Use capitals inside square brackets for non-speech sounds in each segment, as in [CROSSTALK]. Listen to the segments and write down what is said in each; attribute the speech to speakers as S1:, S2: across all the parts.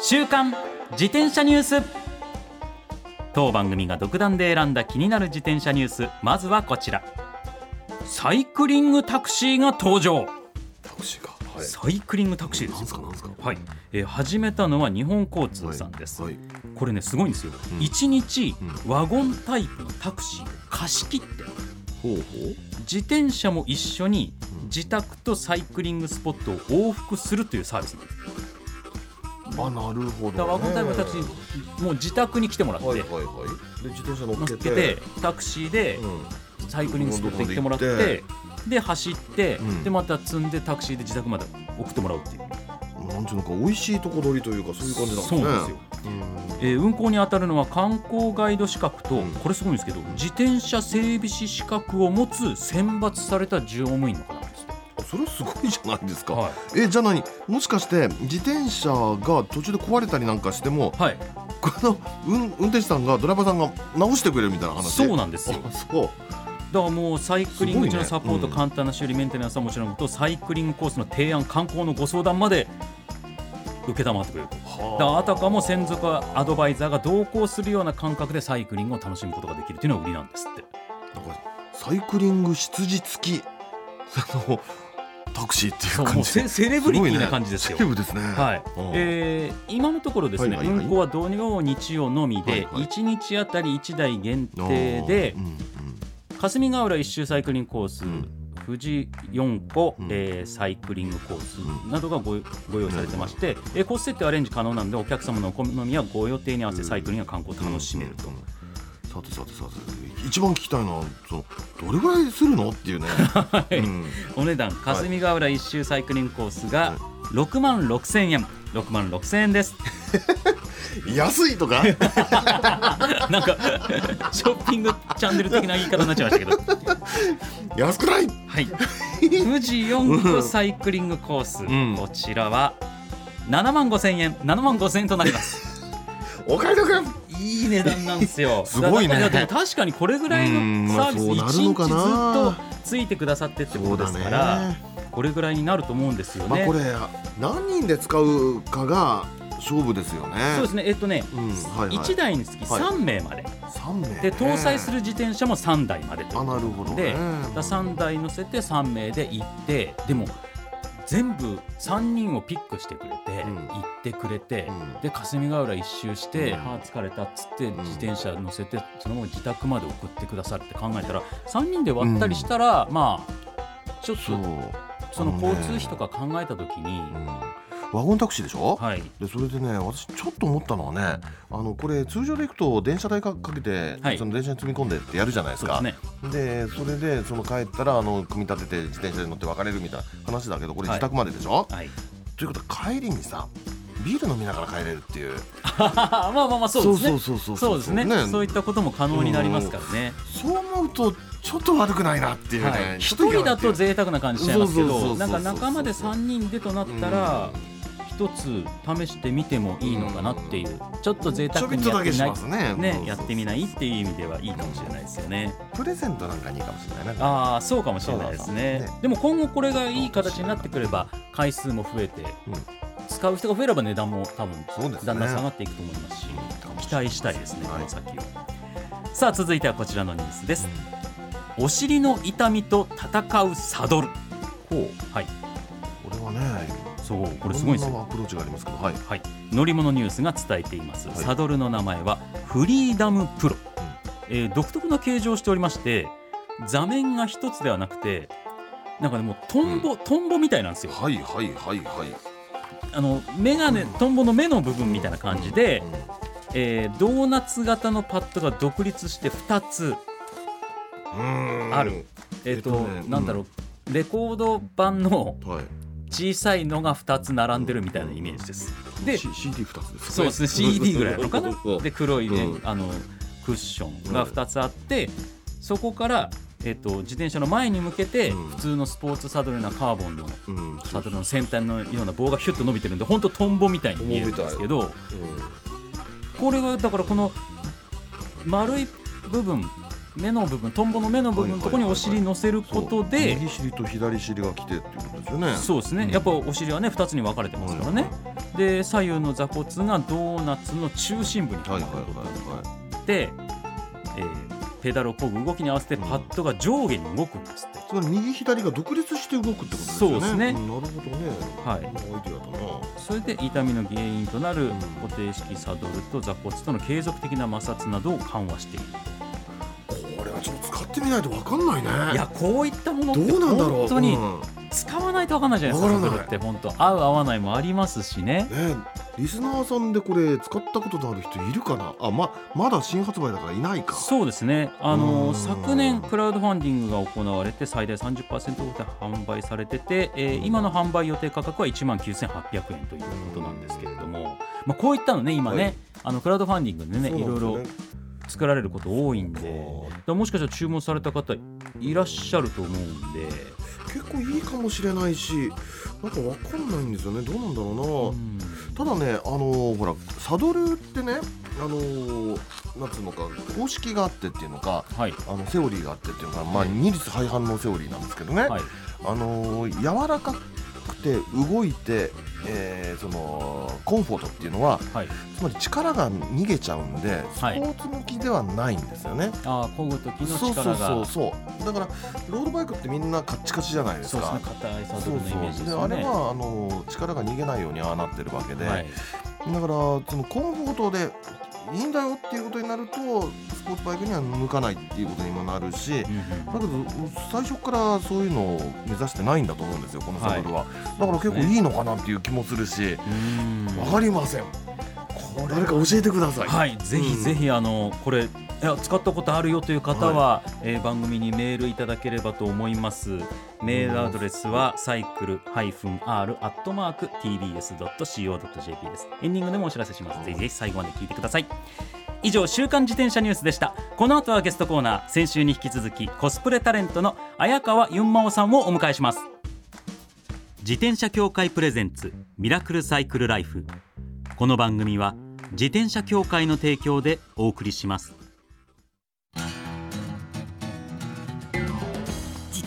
S1: 週刊自転車ニュース当番組が独断で選んだ気になる自転車ニュースまずはこちらサイクリングタクシーが登場
S2: タクシーがはい
S1: サイクリングタクシーですよ
S2: なんすかなんすか
S1: はい、えー始めたのは日本交通さんです、
S2: はい
S1: これねすごいんですよ、
S2: うん
S1: 一日
S2: う
S1: ワゴンタイプのタクシーを貸し切って
S2: ほうほ
S1: 自転車も一緒に自宅とサイクリングスポットを往復するというサービスなんです
S2: うあなるほど、ね、
S1: だからワゴンタイプのタクシ
S2: は
S1: ーもう自宅に来てもらって、
S2: いはいはいで自転車乗っ
S1: 乗
S2: け
S1: ってけてタクシーで
S2: うん
S1: サイクリングスポット行ってもらって、
S2: うん
S1: で走って、
S2: うん
S1: でまた積んでタクシーで自宅まで送ってもらうっていう
S2: なんていうのか美味しいとこ取りというかそういう感じなんです
S1: そ
S2: ね
S1: うなんですよ
S2: うん
S1: えー運行に当たるのは観光ガイド資格と、
S2: うん
S1: これすごいんですけど自転車整備士資格を持つ選抜された乗務員の方なんですよ、
S2: あそれはすごいじゃないですか、
S1: は
S2: えじゃあ何もしかして自転車が途中で壊れたりなんかしても
S1: いはい、
S2: この運運転手さんがドライバーさんが直してくれるみたいな話
S1: そうなんですよ
S2: あそう
S1: だからもうサイクリング
S2: すご
S1: 中
S2: いね
S1: のサポート、
S2: うん
S1: 簡単な修理メンテナンスはもちろんのことサイクリングコースの提案観光のご相談まで承ってくれるとだからあたかも専属アドバイザーが同行するような感覚でサイクリングを楽しむことができるというのが売りなんですって
S2: なんかサイクリング執事付き [LAUGHS] そのタクシーっていう
S1: そう
S2: 感
S1: もう
S2: じ
S1: セセレブリティな感じですよ
S2: すごいねセレブですね
S1: はい
S2: うん
S1: えー今のところですね、
S2: はいはいはい
S1: 運行は土曜、日曜のみで、
S2: はいはい
S1: 1日あたり1台限
S2: あ
S1: 定
S2: ー
S1: で
S2: う、ん
S1: 霞ヶ浦一周サイクリングコース、
S2: うん
S1: 富士4個、
S2: うん
S1: えーサイクリングコース
S2: う
S1: などがごご用意されてまして、えーコース設定はアレンジ可能なので、お客様のお好みはご予定に合わせ、サイクリングや観光を楽しめると。
S2: うんさてさてさて一番聞きたいのはそのどれぐらいするのっ
S1: [LAUGHS]
S2: ていうね、はいうん、
S1: お値段、霞ヶ浦一周サイクリングコースが6万6000円、6万6000円です。
S2: 安いと
S1: [LAUGHS]
S2: か
S1: なん
S2: [LAUGHS]
S1: か、ショッピングチャンネル的な言い方になっちゃいましたけど。
S2: 安くない [LAUGHS]
S1: はい、富士四湖サイクリングコース、
S2: ん
S1: こちらは7万5千円7万5千円となります
S2: お [LAUGHS] 買い得
S1: いい値段なんです [LAUGHS] よ
S2: すごい
S1: だ
S2: ね
S1: からだから確かにこれぐらい
S2: うん
S1: の
S2: ま
S1: サ
S2: あ
S1: ービス
S2: そうな
S1: 一
S2: るの
S1: 日
S2: か
S1: ずっと
S2: な
S1: ついてくださってって
S2: そ
S1: こ
S2: う
S1: と
S2: だ
S1: です
S2: ね
S1: から、これぐらいになると思うんですよ
S2: まあ
S1: ね、
S2: これ何人で使うかが勝負ですよね
S1: そうですねえっとね、
S2: うんはいはい
S1: 1台につき
S2: はい
S1: 3名まで、
S2: 3名ね
S1: で搭載する自転車も3台までという
S2: あ
S1: こと
S2: なるほど
S1: で
S2: ね
S1: だ3台乗せて3名で行ってでも全部3人をピックしてくれて、
S2: うん
S1: 行ってくれて、
S2: うん
S1: で霞ヶ浦一周して、
S2: うん
S1: ああ疲れたっつって
S2: ん
S1: 自転車乗せてそのまま自宅まで送ってくださるって考えたら3人で割ったりしたら、まあちょっ
S2: そう、う
S1: と
S2: ん、
S1: その交通費とか考えた時に、
S2: ワゴンタクシーでしょ、
S1: はい
S2: でそれでね私ちょっと思ったのはねあのこれ通常で行くと電車代かかけて、
S1: はい
S2: その電車に積み込んでってやるじゃないです
S1: そうで
S2: か
S1: すね
S2: でそれでその帰ったらあの組み立てて自転車に乗って別れるみたいな話だけどこれ
S1: はい
S2: 自宅まででしょ、
S1: はい
S2: ということは帰りにさビール飲みながら帰れるっていう
S1: [LAUGHS] まあまあまあそうですねそう
S2: そうそう
S1: ですねそういったことも可能になりますからね、
S2: そう思うとちょっと悪くないなっていうね、
S1: はい、
S2: ちょ
S1: 一
S2: っと
S1: 人だと贅沢な感じしちゃいますけ
S2: そうそうそ
S1: ど
S2: う
S1: な
S2: そ
S1: ん
S2: う
S1: か仲間で3人でとなったら一つ試してみてもいいのかなっていうちょっと贅
S2: ちょ
S1: 沢
S2: びっ
S1: に
S2: と
S1: や
S2: だ
S1: っ
S2: け
S1: て
S2: し
S1: ない
S2: ますねそうそう
S1: ね
S2: そう
S1: やってみないっていう意味ではいいかもしれないですよね
S2: プレゼントなんかにいいかもしれないなんか
S1: ああそうかもしれないですね
S2: そうそう
S1: でも今後これがいい形になってくれば回数も増えて
S2: うん
S1: 使う人が増えれば値段も多分
S2: そうですね
S1: だんだん下がっていくと思いますし期待したいですねこ
S2: はい
S1: の先をさあ続いてはこちらのニュースですお尻の痛みと戦うサドルはい
S2: これはね
S1: そうこれすごいんです
S2: ろん
S1: よ
S2: なアプローチがありますけどはい
S1: はい、乗り物ニュースが伝えています、
S2: はい
S1: サドルの名前はフリーダムプロ、えー独特な形状をしておりまして座面が一つではなくてなんかねもうトンボ、トンボみたいなんですよ
S2: はいはいはいはい
S1: あのメガネトンボの目の部分みたいな感じで、
S2: うん
S1: えードーナツ型のパッドが独立して2つ
S2: うーん
S1: あるえっ、と,、
S2: えっとね
S1: なんだろう、レコード版の
S2: はい
S1: 小さいのが2つ並んでるみたいなイメージです。で
S2: C- CD2 つです
S1: そうですね CD ぐらいなのかな
S2: うん
S1: で黒いね、
S2: うん
S1: あのクッションが2つあってそこから、えっと、自転車の前に向けて
S2: うん
S1: 普通のスポーツサドルのカーボンの
S2: うん
S1: サドルの先端のような棒がヒュッと伸びてるんで本当トンボみたいに見えるんですけどこれがだからこの丸い部分目の部分トンボの目の部分のところにお尻乗せること
S2: そう
S1: で
S2: 右尻と左尻が来てっていうことですよね
S1: そうですねやっぱお尻はね2つに分かれてますからねで左右の座骨がドーナツの中心部に
S2: は
S1: 入
S2: いはいはいは
S1: って、えーペダルを漕ぐ動きに合わせてパッドが上下に動くんですって、
S2: いつまり右左が独立して動くってことですよ
S1: そ
S2: ね
S1: うですね
S2: んなるほどね
S1: はい、
S2: アイデアだな
S1: それで痛みの原因となる
S2: うん
S1: 固定式サドルと座骨との継続的な摩擦などを緩和している
S2: これはちょっと使ってみないとわかんないね
S1: いやこういったものっ
S2: ど
S1: て
S2: うなんだろう
S1: 本当に
S2: うんね
S1: 使わないと分かんないじゃないですか
S2: わからな
S1: サ
S2: い
S1: ドルって本当合う合わないもありますしね
S2: リスナーさんでこれ使ったことのある人いるかなあままだ新発売だからいないか
S1: そうですねあ
S2: う
S1: の
S2: ん
S1: 昨年クラウドファンディングが行われて最大30%オフで販売されてて、えー今の販売予定価格は1万9800円ということなんですけれども、まあ、こういったのね今ね、
S2: はい
S1: あのクラウドファンディングでね
S2: そう
S1: い
S2: な
S1: ろい
S2: んですよ
S1: ろ
S2: ね
S1: 作られること多いんでだからもしかしたら注文された方いらっしゃると思うんで、
S2: 結構いいかもしれないしなんかわかんないんですよねどうなんだろうな、
S1: うん
S2: ただね、あのーほらサドルってね、あのーなんつうのか公式があってっていうのか
S1: はい
S2: あのセオリーがあってっていうのか、まあ、
S1: はい
S2: 二律背反のセオリーなんですけどね、
S1: はい
S2: あのー柔らかくて動いて、えーそのコンフォートっていうのは
S1: はい
S2: つまり力が逃げちゃうんでスポ
S1: はい
S2: ーツ向きではないんですよね。
S1: ああ漕ぐ時の
S2: そう
S1: 力
S2: そう
S1: が
S2: そうそうだからロードバイクってみんなカッチカチじゃないです
S1: そうです
S2: か
S1: ね硬いサド
S2: そう
S1: ルのイメージです
S2: で
S1: よ
S2: あ
S1: ね
S2: れはあのー力が逃げないようにああなってるわけで、
S1: はい
S2: だからそのコンフォートでいいんだよっていうことになるとスポーツバイクには向かないっていうことにもなるしだ
S1: うんうん
S2: けど最初からそういうのを目指してないんだと思うんですよこのサドルは、だから結構いいのかなっていう気もするし
S1: うん
S2: わかりません
S1: こ
S2: 誰か教えてください、
S1: はい、ぜひぜひあのこれいや使ったことあるよという方は、えー番組にメールいただければと思いますメールアドレスはサイクル -r-tbs.co.jp ですエンディングでもお知らせしますぜひぜひ最後まで聞いてください以上週刊自転車ニュースでしたこの後はゲストコーナー先週に引き続きコスプレタレントの綾川ユンマオさんをお迎えします自転車協会プレゼンツミラクルサイクルライフこの番組は自転車協会の提供でお送りします
S3: 自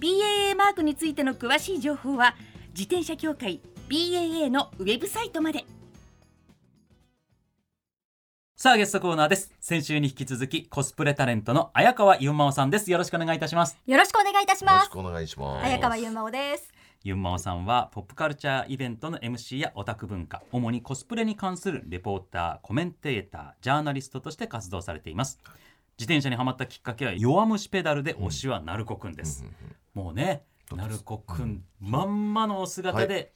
S3: BAA マークについての詳しい情報は自転車協会 BAA のウェブサイトまで
S1: さあゲストコーナーです先週に引き続きコスプレタレントの綾川ゆんまおさんですよろしくお願いいたします
S4: よろしくお願いいたし
S2: よろ
S4: ま
S2: し
S4: す。
S2: くお願いします
S4: 綾川優馬おです。
S1: ゆんまおさんはポップカルチャーイベントの MC やオタク文化主にコスプレに関するレポーターコメンテータージャーナリストとして活動されています自転車にハマったきっかけは弱虫ペダルで推しは鳴子くんです、もうね鳴子くんまんまのお姿で、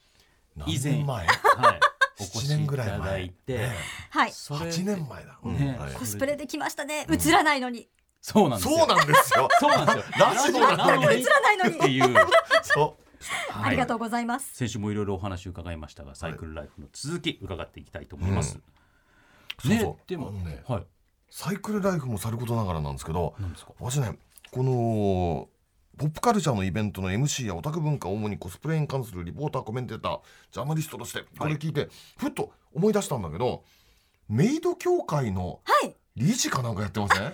S1: 以前
S5: 何年前
S1: はい
S5: [LAUGHS]
S1: お越
S5: 7
S1: し
S5: 年
S1: い
S5: ぐ
S1: た
S5: らい前
S1: だいて、
S5: ね
S4: はい。
S1: それ
S5: 8年前だ、うん
S1: ね
S5: はい
S4: コスプレできましたね。映らないのに。
S1: そうなんですよ
S5: そうなんですよ
S1: そうなんですよ。
S5: [LAUGHS] ラジオなのに
S1: ラジ
S4: 映らないの
S1: オなのにって
S4: に。
S1: いう。
S5: そ
S1: はい
S4: [LAUGHS] ありがとうございます。
S1: 先週もいろいろお話伺いましたが、サイクルライフの続き伺っていきたいと思います。
S5: うそうそう
S1: ね、でも
S5: あのね
S1: はい。
S2: サイクルライフもさることながらなんですけど
S1: なんですか。
S2: 私ねこのポップカルチャーのイベントの MC やオタク文化主にコスプレに関するリポーターコメンテータージャーナリストとしてこれ聞いて、ふっと思い出したんだけどメイド協会の
S4: はい
S2: 理事かなんかやってません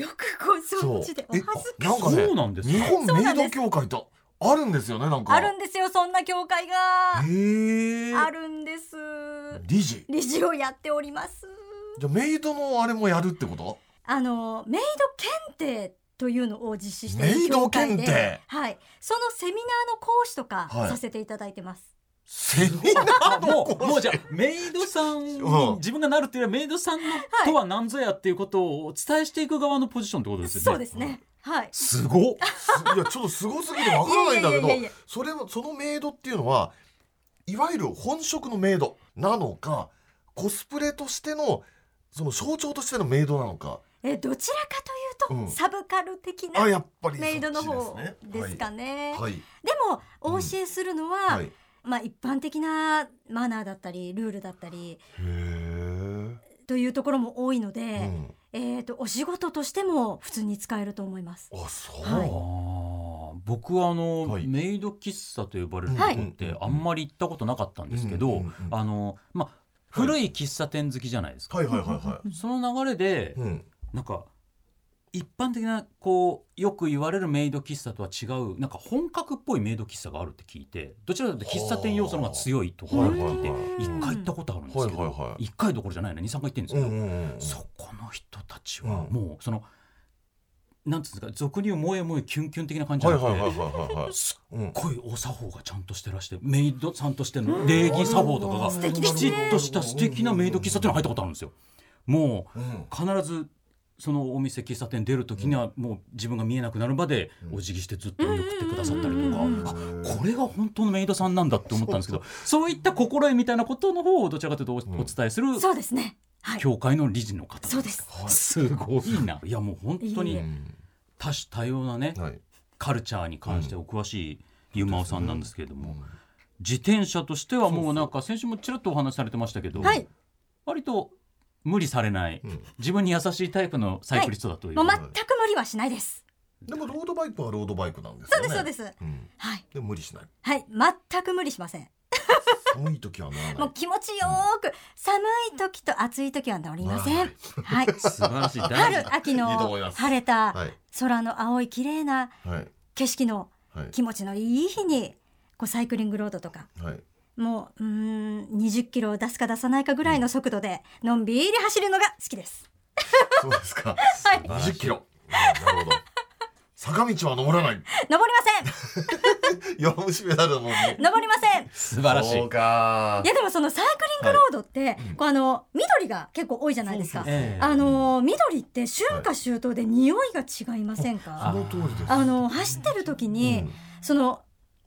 S4: よくご存知でお
S2: え
S4: 恥ずかしい
S2: なんかね
S1: そうなんです
S2: 日
S1: か
S2: 本メイド協会ってあるんですよねなんか
S4: あるんですよそんな教会が
S2: へえ
S4: あるんです
S2: 理事
S4: 理事をやっております
S2: じゃあメイドのあれもやるってこと
S4: あのメイド検定というのを実施してい
S2: メイ
S4: る
S2: ド
S4: 協会
S2: 検定
S4: で、はい、そのセミナーの講師とか
S2: はい
S4: させていただいてます、
S2: セミナー
S1: あもうもうじゃあメイドさん
S2: うん
S1: に自分がなるっていうよりはメイドさんのとは何ぞやっていうことをお伝えしていく側のポジションってことですよね。
S4: そうですね、はい
S2: すごっすいやちょっとすごすぎてわからないんだけど
S4: いやいやいやいや
S2: それはそのメイドっていうのはいわゆる本職のメイドなのかコスプレとしてのその象徴としてのメイドなのか
S4: えどちらかというと、
S2: うん
S4: サブカル的な
S2: あやっぱり
S4: メイドの
S2: そっ
S4: 方
S2: ち
S4: ですかね、
S2: はい、はい
S4: でもお教えするのは、
S2: はいへ
S4: まあ、一般的なマナーだったりルールだったり
S2: え、うん
S4: というところも多いので、えー、とお仕事としても普通に使えると思います。
S2: あそう、
S4: はい
S1: あー僕はあの、
S2: はい
S1: メイド喫茶と呼ばれるとこ
S4: はい
S1: ってあんまり行ったことなかったんですけど、
S2: うんうんうん
S1: あのまあ古い喫茶店好きじゃないですか、
S2: はいはいはいは
S1: その流れで
S2: い、うん、
S1: なんか一般的なこうよく言われるメイド喫茶とは違うなんか本格っぽいメイド喫茶があるって聞いてどちらかというと喫茶店要素の方が強いところが聞いて
S2: は
S1: 一回行ったことあるんですけ
S2: はいはいは
S1: ど
S2: い
S1: 一回どころじゃないな23回行ってるんです
S2: う
S1: け
S2: ん
S1: ど、
S2: うんうん
S1: そこの人たちは
S2: うん
S1: もうその、なんていうんですか俗に言う萌え萌えキュンキュン的な感じじ
S2: は
S1: ゃ
S2: い
S1: なく
S2: はい
S1: て、
S2: はいはいはいはい
S1: すっ
S2: うん
S1: ごいお作法がちゃんとしてらしてメイドさんとしての礼儀作法とか
S2: 素
S1: が
S2: 敵
S1: き
S2: です
S1: ち
S2: ね
S1: っとした素敵なメイド喫茶店に入ったことあるんですよ。もう
S2: うん
S1: 必ずそのお店喫茶店出る時にはもう自分が見えなくなるまでお辞儀してずっと見送ってくださったりとかあこれが本当のメイドさんなんだって思ったんですけどそういった心得みたいなことの方をどちらかというとおお伝えする
S4: そうですね。はい。
S1: 教会の理事の方
S4: そうです。
S1: すごいな。いやもう本当
S4: いえい
S1: に
S4: え
S1: 多種多様なね、
S2: はい
S1: カルチャーに関してお詳しいゆまおさんなんですけれども、
S2: うん
S1: 自転車としてはもうなんか先週もちらっとお話しされてましたけど、
S4: はい。
S1: 割と無理されない、
S2: うん
S1: 自分に優しいタイプのサイクリストだという、
S4: もう全く無理はしないです。
S2: でもロードバイクはロードバイクなんです
S4: そ
S2: よ
S4: う
S2: ね
S4: ですそうですす。
S2: うん、
S4: はい。
S2: でも無理しない
S4: はい。全く無理しません。
S2: 寒い時はならな
S4: も
S2: いう
S4: 気持ちよーく寒い時と暑い時は乗りません。はい。
S1: 素晴
S4: [LAUGHS]
S1: らしい大事
S4: 春秋
S2: いいと思い
S4: の
S2: ます
S4: 晴れた
S2: はい
S4: 空の青い綺麗な
S2: はい
S4: 景色の
S2: はい
S4: 気持ちのいい日にこうサイクリングロードとか
S2: はい
S4: もううーん20キロを出すか出さないかぐらいの速度でのんびり走るのが好
S2: [LAUGHS]
S4: きです。
S2: そうですか
S4: はい。
S2: 二十キロうんなるほど坂道は登らない
S4: 登りませ
S2: 弱虫ペダルだもんね
S4: ん。登りません。
S1: 素晴らしい
S2: そうか
S4: いやでもそのサイクリングロードって、こうあの緑が結構多いじゃないです
S2: そ
S4: か。
S2: うそう
S1: ええ
S4: あのー緑って春夏秋冬で匂いが違いませんか。
S2: その通りです
S4: あのー走ってる時に、
S2: うん
S4: その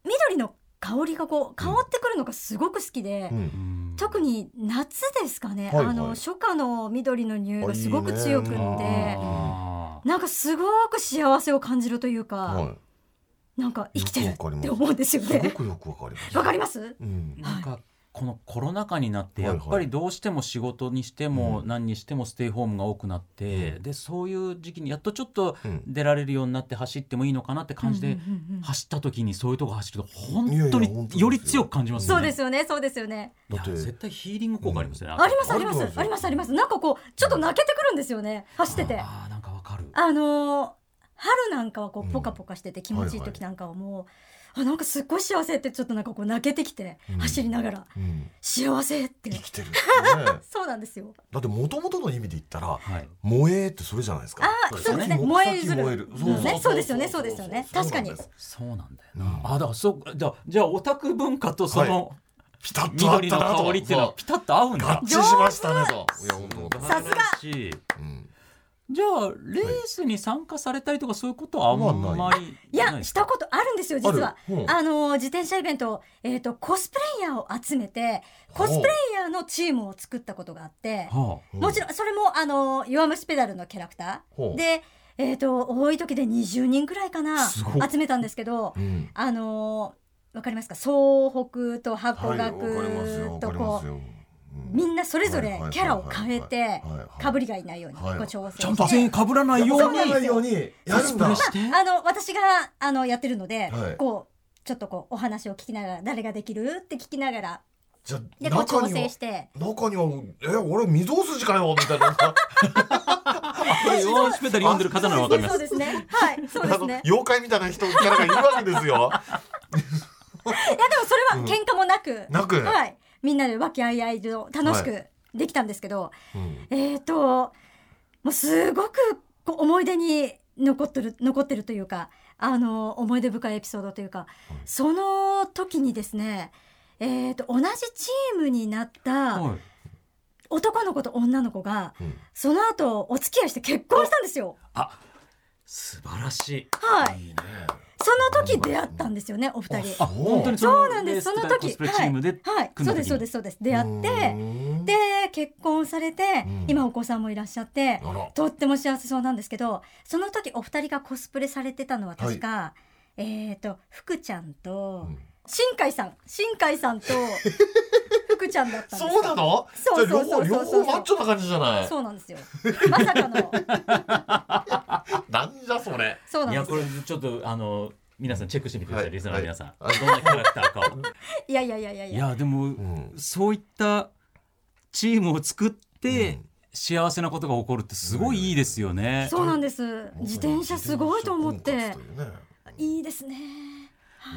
S4: 緑の香りがこう香ってくるのがすごく好きで。
S2: うん
S4: 特に夏ですかね、
S2: はいはい
S4: あの初夏の緑の匂いがすごく
S2: あいいね
S4: 強くって
S2: うん
S1: あ
S4: なんかすごく幸せを感じるというか、
S2: は
S4: なんか生きてる
S2: よくわかりま
S4: っ
S2: す
S4: て思うんですよ
S2: いすご [LAUGHS]
S4: ね
S2: くよくわかります
S4: わかります
S2: うん
S1: ーなんかこのコロナ禍になってやっ
S2: はい
S1: ぱ
S2: はい
S1: りどうしても仕事にしても
S2: うん
S1: 何にしてもステイホームが多くなって、でそういう時期にやっとちょっと
S2: うん
S1: 出られるようになって走ってもいいのかなって感じで
S4: うんうんうんうん
S1: 走った時にそういうとこ走ると
S2: いや
S1: 本
S2: いや
S1: 当
S2: 本当
S1: に
S2: ですよ
S1: より強く感じます
S4: そ
S1: よ
S4: うで
S1: ね。
S4: すよねそうですよね
S1: いや
S2: だって
S1: 絶対ヒーリング効果ありますよね。
S4: ありますありま
S2: あるんです
S4: す
S2: よ
S4: ありますありますなんかこうちょっと泣けてくるんですよね走っててあ
S1: あーなんかわかる。
S4: のー春なんかはこ
S2: うん
S4: うポカポカしてて気持ちいい
S2: はいはい
S4: 時なんかはもう、あなんかすっごい幸せってちょっとなんかこう泣けてきて
S2: うん
S4: 走りながら、
S2: うん
S4: 幸せって
S2: 生きてるんですね
S4: そうなんですよ
S2: だって元々の意味で言ったら
S1: はい。
S2: 萌えってそれじゃないですか
S4: あーそうですね
S2: 先
S4: 燃え譲る
S2: 先燃える
S4: うんねそうですよねそうですよね確かに
S2: そうなんです
S1: そうなんだよ
S2: うん
S1: な。あだからそうじゃあじゃあオタク文化とその、
S2: ピタッと合っ
S1: 緑
S2: た
S1: の
S2: なと
S1: 香りっていうのはピタッと合うんだ
S2: 合。致しましたねといや本当
S4: さすが
S1: 素晴らしい
S2: うん
S1: じゃあレースに参加されたりとかそういうことはあん
S2: まあ
S1: まり
S4: い
S1: な
S4: や
S1: で
S4: し
S1: す
S4: た
S1: か
S4: ことあるんですよ実は
S2: あるほう
S4: あのー自転車イベント、えー、とコスプレイヤーを集めてコスプレイヤーのチームを作ったことがあって
S1: はあ。
S4: もちろんそれもあの弱虫ペダルのキャラクタ
S2: ほう
S4: ーで、えー、と多い時で20人くらいかな
S2: すごい
S4: 集めたんですけど、
S2: うん
S4: あのーわかりますか総北と
S2: は
S4: 函
S2: いわかりますよわ
S4: 館と
S2: かりま
S4: こ
S2: す
S4: う、
S2: よ
S4: みんなそれぞ
S2: はい
S4: れ
S2: はいはい
S4: キャラを変えて
S2: はいはい
S4: かぶりがいないように
S2: はい
S4: ご調整して、
S1: ちゃんと全員被らないように
S2: ないようにやるんだ
S1: コスプレして
S4: まあ、あの私があのやってるので、
S2: はい
S4: こうちょっとこうお話を聞きながら誰ができるって聞きながら
S2: じゃあ
S4: でこう調
S2: 中に
S4: 整
S2: は
S4: して
S2: 中には「え俺水お筋かよ」みたいな
S1: ヨーンスペダル読んでる方ならわかりま
S4: そう
S1: す
S4: ですねはい [LAUGHS] そうで
S2: あ
S4: す
S2: の
S4: ね
S2: 妖怪みたいな人キャラがいるわけですよ
S4: [LAUGHS] いやでもそれは喧嘩もなく、
S2: なく、
S4: はい、みんなで和気あいあいと楽しくできたんですけど、
S2: うん
S4: えー、ともうすごくこう思い出に残ってる残ってるというかあの思い出深いエピソードというか、その時にですね、えー、と同じチームになった
S1: はい
S4: 男の子と女の子が、
S2: うん
S4: その後お付き合いして結婚したんですよ。
S1: あ素晴らしい
S4: はい、
S1: いね
S4: その時出会ったんですよねお二人。
S2: あそう
S1: 本当に
S4: そう
S1: の
S4: なんです
S1: レ
S4: そ
S1: ース
S4: の
S1: コ
S4: 時
S1: スプレチームで
S4: はい、はい、
S1: 組ん
S4: そ
S1: だ
S4: う
S1: 時
S4: で
S1: に
S4: すそうですそうです出会って
S2: うん
S4: で結婚されて、
S2: うん
S4: 今お子さんもいらっしゃって
S2: あら
S4: とっても幸せそうなんですけどその時お二人がコスプレされてたのは確か、えっ、と福ちゃんと、
S2: うん
S4: 新海さん新海さんと福ちゃんだったんです
S2: そ
S4: よ
S2: うなの
S4: そうそうそ
S2: じゃあ
S4: うそう
S2: 両方両方マッチョな感じじゃない
S4: そうなんですよまさかの
S2: なんじゃそれ
S4: そうないん
S1: や
S4: です
S1: こ
S4: よ
S1: れちょっとあの皆さんチェックしてみてください、
S2: はい
S1: リスナーの皆さん、
S2: はい
S1: どんなキャラクターかを
S4: いやいやいやいやい
S1: い
S4: や
S1: やでも、
S2: ん
S1: そういったチームを作って、
S2: うん
S1: 幸せなことが起こるってすごいいいですよね、
S4: そうなんです自転車すごいと思っていいですね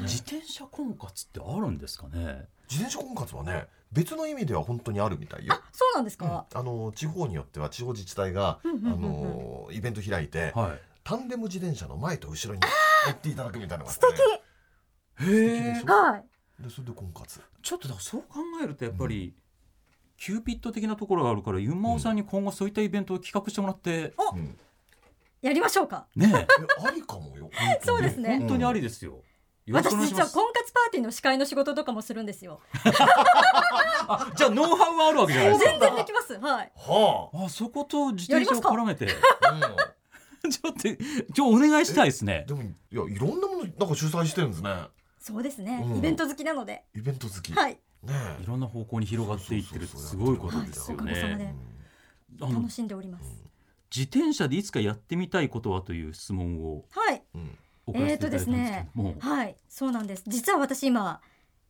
S1: 自転車婚活ってあるんですかね
S2: 自転車婚活はね別の意味では本当にあるみたいよ
S4: あそうなんですか、
S2: あの地方によっては地方自治体が、
S4: うんうんうんうん
S2: あのイベント開いて、
S1: は
S2: タンデム自転車の前と後ろに乗っていただくみたいなのがあってね、
S1: い
S2: 素敵でしょ
S4: はい
S2: でそれで婚活
S1: ちょっとだからそう考えるとやっぱり、キューピッド的なところがあるからユンマオさんに今後そういったイベントを企画してもらって、
S2: うん
S4: やりましょうか
S1: ね
S2: えありかもよ
S4: [LAUGHS] そうですね
S1: 本当にありですよ、よろしく
S4: 私
S1: お願いし
S4: 実
S1: ま
S4: は
S1: す
S4: 婚活パーティーの司会の仕事とかもするんですよ
S1: あじゃあノウハウはあるわけじゃないですか
S4: 全然できますはい
S2: は
S1: あそこと自転車を絡めてち
S2: あ、
S1: ょっと今日お願いしたいですね
S2: でもいやいろんなものなんか主催してるんですね
S4: そうですね、
S2: うん
S4: イベント好きなので
S2: イベント好き、
S4: はい
S2: ねえ
S1: いろんな方向に広がっていってるってすごいことですよ
S4: はいおかげさま
S1: ね
S4: で
S1: あの
S4: 楽しんでおります、
S1: 自転車でいつかやってみたいことはという質問を
S4: はい
S2: うん
S1: 送らせていただいたんですけども、
S4: はいそうなんです実は私今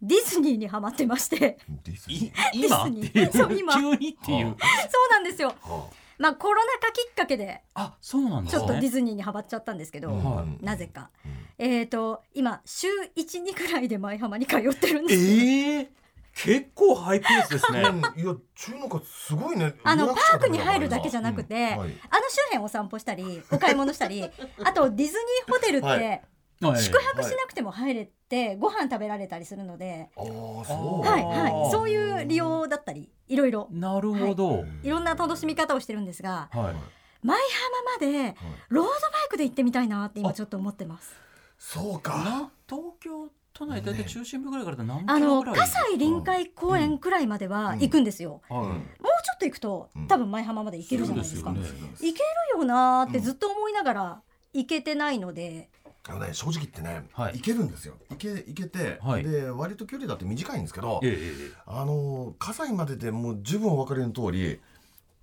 S4: ディズニーにハマってまして
S1: [LAUGHS]
S2: ディズニ
S1: い
S4: [LAUGHS]
S2: ー
S1: 今っ
S4: デ
S1: て
S4: ィズニ
S1: いう
S4: ーそう今
S1: 急にっていう
S2: は
S4: そうなんですよ
S2: は
S4: まあコロナ禍きっかけで
S1: あそうなんで
S4: ち
S1: す
S4: ょっとディ
S1: ね
S4: ズニーにハマっちゃったんですけ
S2: あ
S4: ど、
S2: うん
S1: はい
S2: うん
S4: なぜか、
S2: うん
S4: えっ、と今週12くらいで舞浜に通ってるん
S1: え
S4: です、
S1: ー、結構ハイペースですね
S4: [LAUGHS]
S2: うんいや中のかすごいね
S4: あの
S2: 予
S4: パ
S2: 約しか
S4: ークに
S2: ダメ
S4: 入るだけじゃなくて、
S2: うんはい
S4: あの周辺をお散歩したりお買い物したり
S1: [LAUGHS]
S4: あとディズニーホテルって、
S2: は
S1: はい
S4: 宿泊しなくても入れて、ご飯食べられたりするので、
S2: あーそう
S4: はい
S1: あ
S4: は
S1: ー
S4: い、そういう利用だったりいろいろ
S1: なるほど、はい
S4: いろんな楽しみ方をしてるんですが舞浜までロードバイクで行ってみたいなって今ちょっと思ってます。
S2: そうか
S1: な東京都内大体中心部ぐらいからだと何
S4: あ
S1: キロ
S4: の
S1: ぐらい
S4: 葛西臨海公園くらいまでは行くんですよ。
S1: はい
S4: もうちょっと行くと
S2: うん
S4: 多分舞浜まで行けるじゃないです
S1: そ
S4: か。
S1: う
S4: 行
S1: で
S4: け
S1: すよね
S4: るよなーってずっと思いながら行けてないので、
S2: あのね正直言ってね、
S1: はい
S2: 行けるんですよ行け行けて、
S1: はい
S2: で割と距離だって短いんですけど、
S1: ええええ
S2: あの葛西まででもう十分お分かりの通り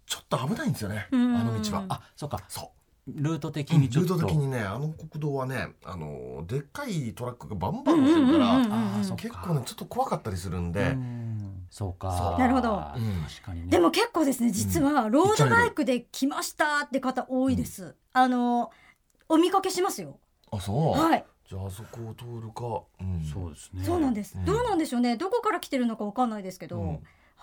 S2: ちょっと危ないんですよねあ
S4: うん
S2: の道は
S1: あそうか
S2: そ
S1: ルート的
S2: うル
S1: にちょっ
S2: ー
S1: と、
S2: ト的にねあの国道はねあのでっかいトラックがバンバン走るから、
S4: うんうんうんうん
S1: ああそっか
S2: 結構ねちょっと怖かったりするんで、
S1: うんそう
S2: そ
S1: か
S2: う
S4: なるほど
S2: うん
S1: 確かにね
S4: でも結構ですね実はロードバイクで来ましたって方多いです。あのお見かけしますよ。
S2: あそう、
S4: はい、
S2: じゃああそこを通るか、うん
S1: そうですね
S4: そうなんです。
S2: うん
S4: どうなんでしょうね。どこから来てるのかわかんないですけど、
S2: う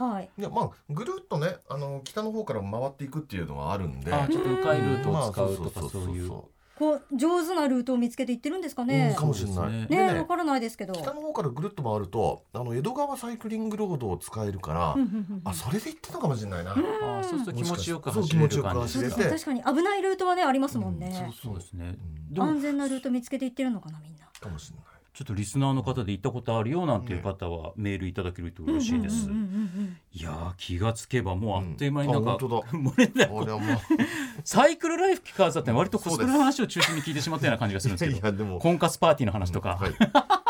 S2: ん
S4: はい。
S2: いやまあぐるっとねあの北の方から回っていくっていうのはあるんで
S1: あちょっと迂回ルート
S2: ま
S1: を
S2: あ
S1: 使うとかそういう
S4: こう上手なルートを見つけていってるんですか
S2: うん
S4: ね
S2: か。もしれない、
S1: そうですね
S2: で
S4: ねえ、わからないですけど。
S2: 北の方からぐるっと回るとあの江戸川サイクリングロードを使えるから、
S4: うんうんうんうん
S2: あそれで行ったのかもしれないな、
S1: あーそうすると気持ちよく
S2: そう
S1: 走れる感じ
S2: 気持ち
S1: で
S2: よ
S1: す
S2: く
S1: か
S2: 走れ
S4: そうで
S2: て
S4: す確かに危ないルートはねありますもんね。
S1: そうですね
S2: うん
S1: でも
S4: 安全なルート見つけていってるのかなみんな。
S2: かもしれない
S1: ちょっとリスナーの方で行ったことあるよなんていう方はメールいただけると嬉しいです
S4: うんうんうんうん
S1: いやー気がつけばもうあっという間になんか、
S2: うんあ本当だ
S1: もうね [LAUGHS]
S2: これはもう
S1: サイクルライフ聞 [LAUGHS] かずだって割とコスプレの話を中心に聞いてしまったような感じがするんですけど
S2: いやでも
S1: 婚活パーティーの話とか、
S2: はい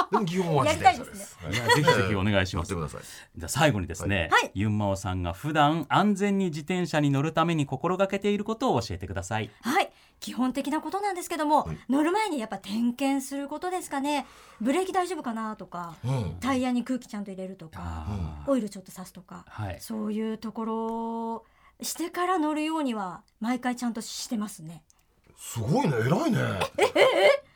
S2: でも基本は
S4: や
S2: 自
S4: り
S2: 転
S4: た
S2: 車
S4: いで
S2: ですす。
S1: いやぜひぜひお願いし
S2: や
S1: ま
S2: っ
S1: す
S2: てください。
S1: じゃあ最後にですね、
S4: はい
S1: ユンマオさんが普段安全に自転車に乗るために心がけていることを教えてください
S4: はい基本的なことなんですけども、乗る前にやっぱ点検することですかねブレーキ大丈夫かなとか、
S2: うん
S4: タイヤに空気ちゃんと入れるとか
S1: あー
S4: オイルちょっと刺すとか、
S1: はい
S4: そういうところをしてから乗るようには毎回ちゃんとしてますね
S2: すごいね、偉いね。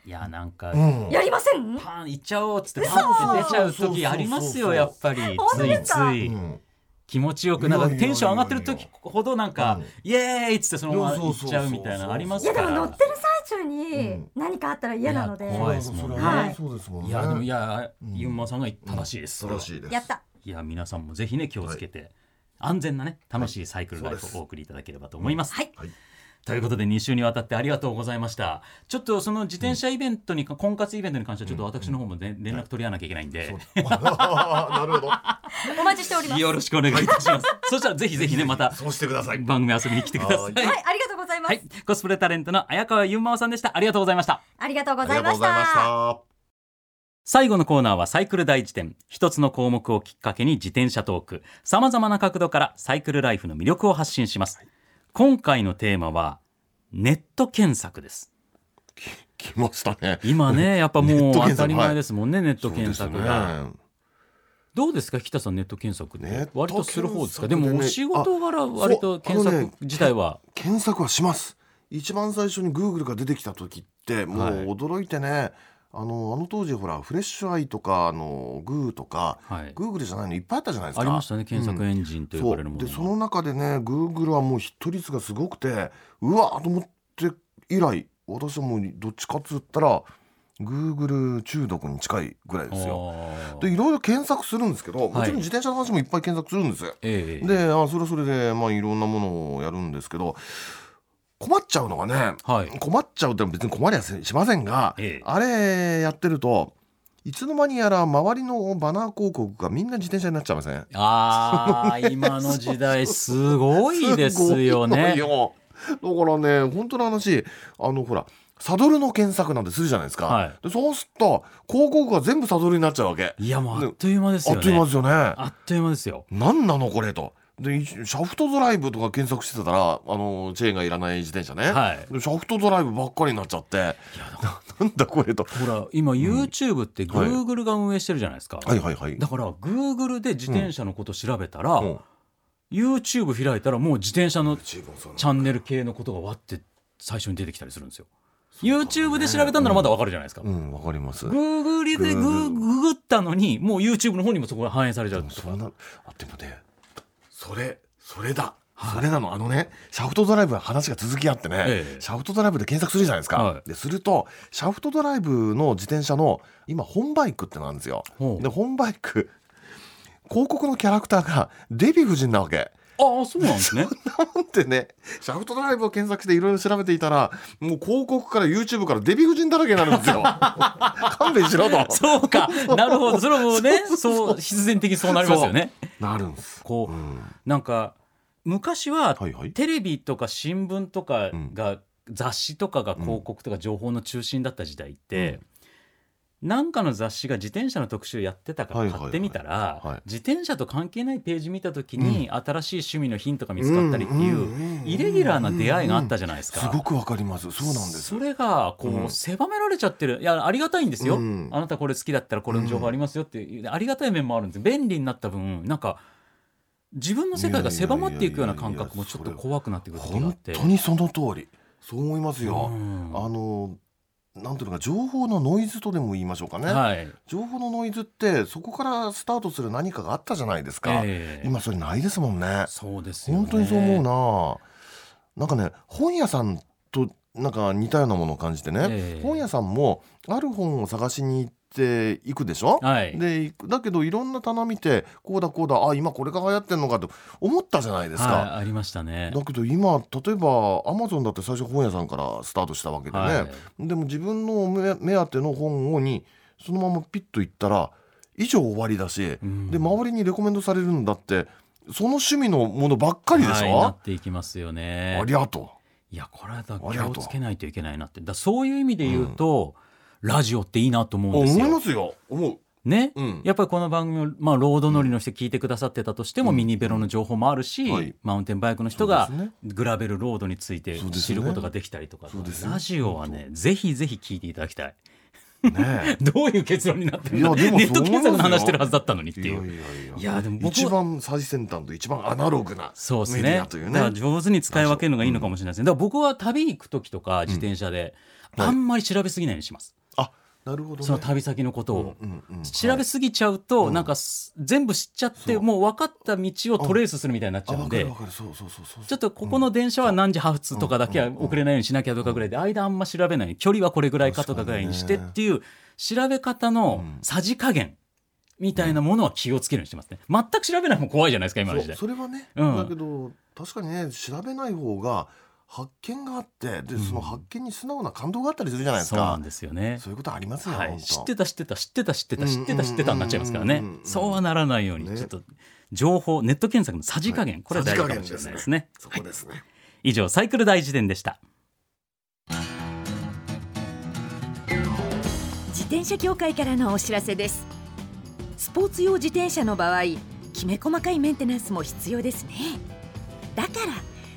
S1: いやなんか、
S2: うん。
S4: やりません
S1: パン行っちゃおうっつってパンって出ちゃう時ありますよやっぱりついつ
S2: う
S1: い
S2: ん
S1: 気持ちよくなんか
S2: いやいやいやいや
S1: テンション上がってる時ほどなんか、
S2: うん
S1: イエーイっつってそのまま行っちゃうみたいなのありま
S4: い
S1: す
S4: や
S1: か
S4: でも乗っ
S1: ら
S4: てる最中
S2: う
S4: に
S2: ん
S4: 何かあったら嫌なので、
S1: いや怖いですもんね
S2: それは
S4: はい
S2: そうですもんね。
S1: いやでもいや、
S2: うん
S1: ユンマオさんが正しいです、
S2: 素晴らしいです。
S4: やった
S1: いや皆さんもぜひね気をつけて、安全なね楽しいサイクルライ
S2: そうです
S1: フをお送りいただければと思います。
S4: はい
S2: はい
S1: ということで2週にわたってありがとうございましたちょっとその自転車イベントにか、婚活イベントに関してはちょっと私の方もね、連絡取り合わなきゃいけないんで、
S2: [LAUGHS] なるほど。
S4: お待ちしております
S1: よろしくお願いいたしますそしたらぜひぜひねまた
S2: そうしてください。
S1: 番組遊びに来てくださ
S2: はいい
S4: はいありがとうございます、
S1: はいコスプレタレントの綾川ゆんまおさんでしたありがとうございました
S4: ありがとう
S2: あ
S4: ご
S2: り
S4: ざい
S2: がとうご
S4: まし
S2: ざいましたた。
S1: 最後のコーナーはサイクル第一点一つの項目をきっかけに自転車トークさまざまな角度からサイクルライフの魅力を発信します、今回のテーマはネット検索です
S2: 来ましたね。
S1: 今
S2: [LAUGHS]
S1: ねやっぱもう
S2: ネット検索
S1: 当たり前ですもんね、ネット検索が、
S2: そうですね
S1: どうですか北さんネット検索っ
S2: ネ
S1: て
S2: ット
S1: 割とする方ですかで,、
S2: 検索でね
S1: もお仕事柄割と検
S2: そうあの
S1: 索
S2: ね
S1: 自体は、
S2: 検索はします一番最初に Google が出てきた時っても
S1: はいう
S2: 驚いてね、あのあの当時ほらフレッシュアイとかあのグーとか、
S1: はい、
S2: Google じゃないのいっぱいあったじゃないですか
S1: ありましたね検索エンジンと呼ばれるものが、
S2: そうでその中でね Google はもうヒット率がすごくてうわーと思って以来私はもうどっちかっつったら Google 中毒に近いぐらいですよ
S1: あー
S2: でいろいろ検索するんですけどもちろん
S1: はい
S2: 自転車の話もいっぱい検索するんですよ、
S1: ええ
S2: であそれはそれで、まあ、いろんなものをやるんですけど困っちゃうのがね
S1: はい
S2: 困っちゃうって別に困りはせしませんが、
S1: ええ
S2: あれやってるといつの間にやら周りのバナー広告がみんな自転車になっちゃいません
S1: あ
S2: [LAUGHS]
S1: ー今の時代すごいですよね
S2: すごいのよだからね本当の話あのほらサドルの検索なんてするじゃないですか、
S1: はい
S2: でそうすると広告が全部サドルになっちゃうわけ
S1: いやもうあっという間ですよ
S2: あ
S1: ね。
S2: っという間ですよね
S1: あっという間ですよ。
S2: 何なのこれとでいシャフトドライブとか検索してたらあのチェーンがいらない自転車ね、
S1: はい。
S2: でシャフトドライブばっかりになっちゃってな [LAUGHS] なんだこれと
S1: ほら今 YouTube って
S2: はい
S1: Google が運営してるじゃないですか。
S2: はいはいはい
S1: だから Google で自転車のこと調べたら、
S2: うん
S1: YouTube 開いたらもう自転車のチ
S2: 十分そうな
S1: ャンネル系のことがわって最初に出てきたりするんですよ。YouTube で調べたんならまだわかるじゃないですか。
S2: うんわかります
S1: Google でググ
S2: Google
S1: グったのにもう YouTube の方にもそこが反映されちゃ
S2: で
S1: う
S2: も
S1: と
S2: そ
S1: か
S2: んなあでもねそれそれだ、それなのあのねシャフトドライブの話が続きあってね、
S1: ええ
S2: シャフトドライブで検索するじゃないですか、
S1: はい
S2: でするとシャフトドライブの自転車の今本バイクってなんですよ
S1: ほう
S2: で本バイク広告のキャラクターがデヴィ夫人なわけ [LAUGHS]
S1: ああそうなんですね。
S2: なんてねシャフトドライブを検索していろいろ調べていたらもう広告から YouTube からデヴィ夫人だらけになるんです [LAUGHS] よ勘弁しろ [LAUGHS] と
S1: そうか、なるほど、それもね、そう必然的にそうなりますよね。
S2: なるんです
S1: こ
S2: う
S1: うんなんか昔は
S2: はいはい
S1: テレビとか新聞とかが雑誌とかが広告とか情報の中心だった時代って。なんかの雑誌が自転車の特集やってたか
S2: は
S1: ら
S2: いはいは
S1: 買っ
S2: い
S1: てみたら、
S2: はい
S1: 自転車と関係ないページ見た時に新しい趣味のヒントが見つかったりってい
S2: んうんう
S1: う
S2: ん
S1: イレギュラーな出会いがあったじゃないですか。
S2: すごくわかりますそうなんです
S1: それがこう、
S2: うん
S1: 狭められちゃってるいやありがたいんですよ、
S2: うん
S1: あなたこれ好きだったらこれの情報ありますよっていう、ありがたい面もあるんです便利になった分なんか自分の世界が狭まっていくような感覚もちょっと怖くなってくる時があっ
S2: 本
S1: て
S2: 当にその通りそう思いますよ、
S1: うん
S2: あのなんていうのか情報のノイズとでも言いましょうかね、
S1: はい、
S2: 情報のノイズってそこからスタートする何かがあったじゃないですか、
S1: ええ
S2: 今それないですもんね
S1: そうですよね
S2: 本当にそう思うななんかね本屋さんとなんか似たようなものを感じてね、
S1: ええ
S2: 本屋さんもある本を探しに行っていくでしょ、
S1: はい
S2: で行くだけどいろんな棚見てこうだこうだあ今これが流行ってんのかと思ったじゃないですか、
S1: はい、ありましたね
S2: だけど今例えばアマゾンだって最初本屋さんからスタートしたわけでね、
S1: はい
S2: でも自分の目目当ての本をにそのままピッと行ったら以上終わりだし、
S1: うん
S2: で周りにレコメンドされるんだってその趣味のものばっかりでし
S1: はいな
S2: ょ
S1: っ、ていきますよね
S2: ありがと
S1: いやこれはだ
S2: ありが
S1: 気
S2: と
S1: を
S2: う
S1: つけないといけないなってだそういう意味で言うと、ラジオっていいなと思うんです
S2: 思い
S1: よ
S2: ま。すよ思
S1: ね、
S2: うん
S1: やっぱりこの番組を、まあ、ロード乗りの人聞いてくださってたとしても、ミニベロの情報もあるし、
S2: はい
S1: マウンテンバイクの人が
S2: そうですね
S1: グラベルロードについて
S2: そうです
S1: 知
S2: ね
S1: ることができたりとか、
S2: そうですね
S1: ラジオはねぜひぜひ聞いていただきたい [LAUGHS]
S2: うね
S1: どういう結論になってるん
S2: い
S1: だ
S2: やでも
S1: ネット
S2: そう思いますよ
S1: 検索の話してるはずだったのにっ
S2: え
S1: て
S2: い
S1: い
S2: や
S1: う
S2: いやい
S1: い
S2: や
S1: やでも僕
S2: 一
S1: は
S2: 番最先端と一番アナログな
S1: そうです
S2: メデ
S1: ね
S2: ィアという
S1: だから
S2: ね
S1: 上手に使い分けるのがいいのかもしれないですねだから僕は旅行く時とか自転車で、
S2: はい
S1: あんまり調べすぎないようにします、
S2: あなるほどね
S1: その旅先のことを。
S2: うんうん
S1: 調べすぎちゃうと、なんかす全部知っちゃってもう分かった道をトレースするみたいになっち
S2: あ
S1: ゃうん
S2: わか
S1: で
S2: るわかるそうそうそうそう
S1: ちょっとここの電車は何時発とかだけは遅れないようにしなきゃとかぐらいで間あんま調べない距離はこれぐらいかとかぐらいにしてっていう調べ方のさじ加減みたいなものは気をつけるようにしてますね全く調べないのも怖いじゃないですか今の時
S2: そ
S1: 代
S2: うそれはね、
S1: うん
S2: だけど確かにね調べない方が発見があってでその発見に素直な感動があったりするじゃないです
S1: そうな
S2: か
S1: んですよね
S2: そういうことありますよ、
S1: は
S2: 本
S1: い、
S2: 当
S1: 知ってた知ってた知ってた知ってた知ってた知ってた
S2: うん
S1: にな
S2: うんうんうん
S1: っちゃいますから
S2: う
S1: ね
S2: んうんうん
S1: そうはならないように
S2: ね
S1: ちょっと情報ネット検索のさじ加減、これは大事かもしれないですね
S2: そこですね、
S1: 以上サイクル大辞典でした
S3: 自転車協会からのお知らせですスポーツ用自転車の場合きめ細かいメンテナンスも必要ですねだから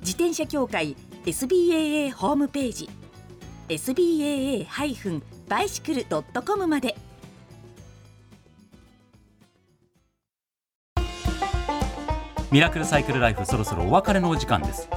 S3: 自転車協会 SBAA ホームページ SBAA-bicycle.com まで
S1: ミラクルサイクルライフそろそろお別れのお時間です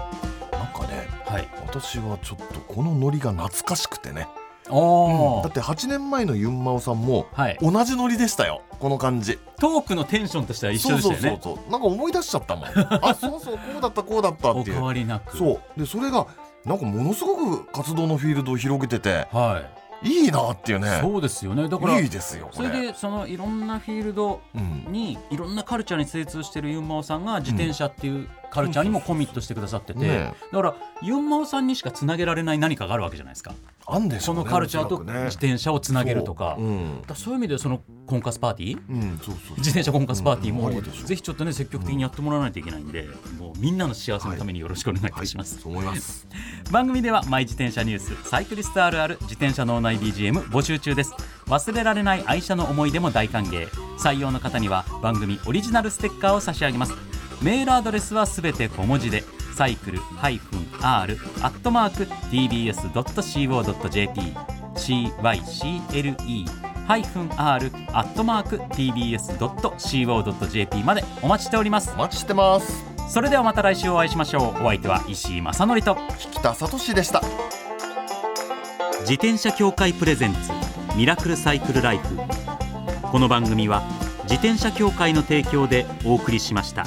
S2: なんかね
S1: はい
S2: 私はちょっとこのノリが懐かしくてね
S1: お
S2: だって8年前のユンマオさんも
S1: はい
S2: 同じノリでしたよこの感じ
S1: トークのテンションとしては一緒でしたよね
S2: そうそうそうそうなんか思い出しちゃったもんあそうそうこうだったこうだったっ
S1: お
S2: てい
S1: 変
S2: う
S1: わりなく
S2: そうでそれがなんかものすごく活動のフィールドを広げてて
S1: はい、
S2: いいなっていうね
S1: そうですよねだから
S2: いいですよこ
S1: そ
S2: れ
S1: れでそのいろんなフィールド
S2: うん、
S1: にいろんなカルチャーに精通してるユンマオさんが自転車っていうカルチャーにもコミットしてくださってて、
S2: ねえ
S1: だからユンマオさんにしかつなげられない何かがあるわけじゃないですか
S2: あんでし
S1: そ
S2: ょ
S1: う
S2: ね
S1: のカルチャーと
S2: おそ
S1: 自
S2: らくね
S1: 転車をつなげるとか,、
S2: そううん
S1: だからそういう意味でその婚活パーティー
S2: うん、そうそう
S1: 自転車婚活パーティーも
S2: うんありでしょ
S1: ぜひちょっとね積極的にやってもらわないといけないんで、もうみんなの幸せのためによろしくお願いいたします、
S2: そう思います
S1: 番組ではマイ自転車ニュースサイクリストあるある自転車脳内 BGM 募集中です忘れられない愛車の思い出も大歓迎採用の方には番組オリジナルステッカーを差し上げますメールアドレスはすべて小文字でサイクル -r-tbs.co.jp cycle-r-tbs.co.jp までお待ちしております
S2: お待ちしてます
S1: それではまた来週お会いしましょうお相手は石井正則と
S2: 菊田聡でした
S1: 自転車協会プレゼンツミラクルサイクルライフこの番組は自転車協会の提供でお送りしました。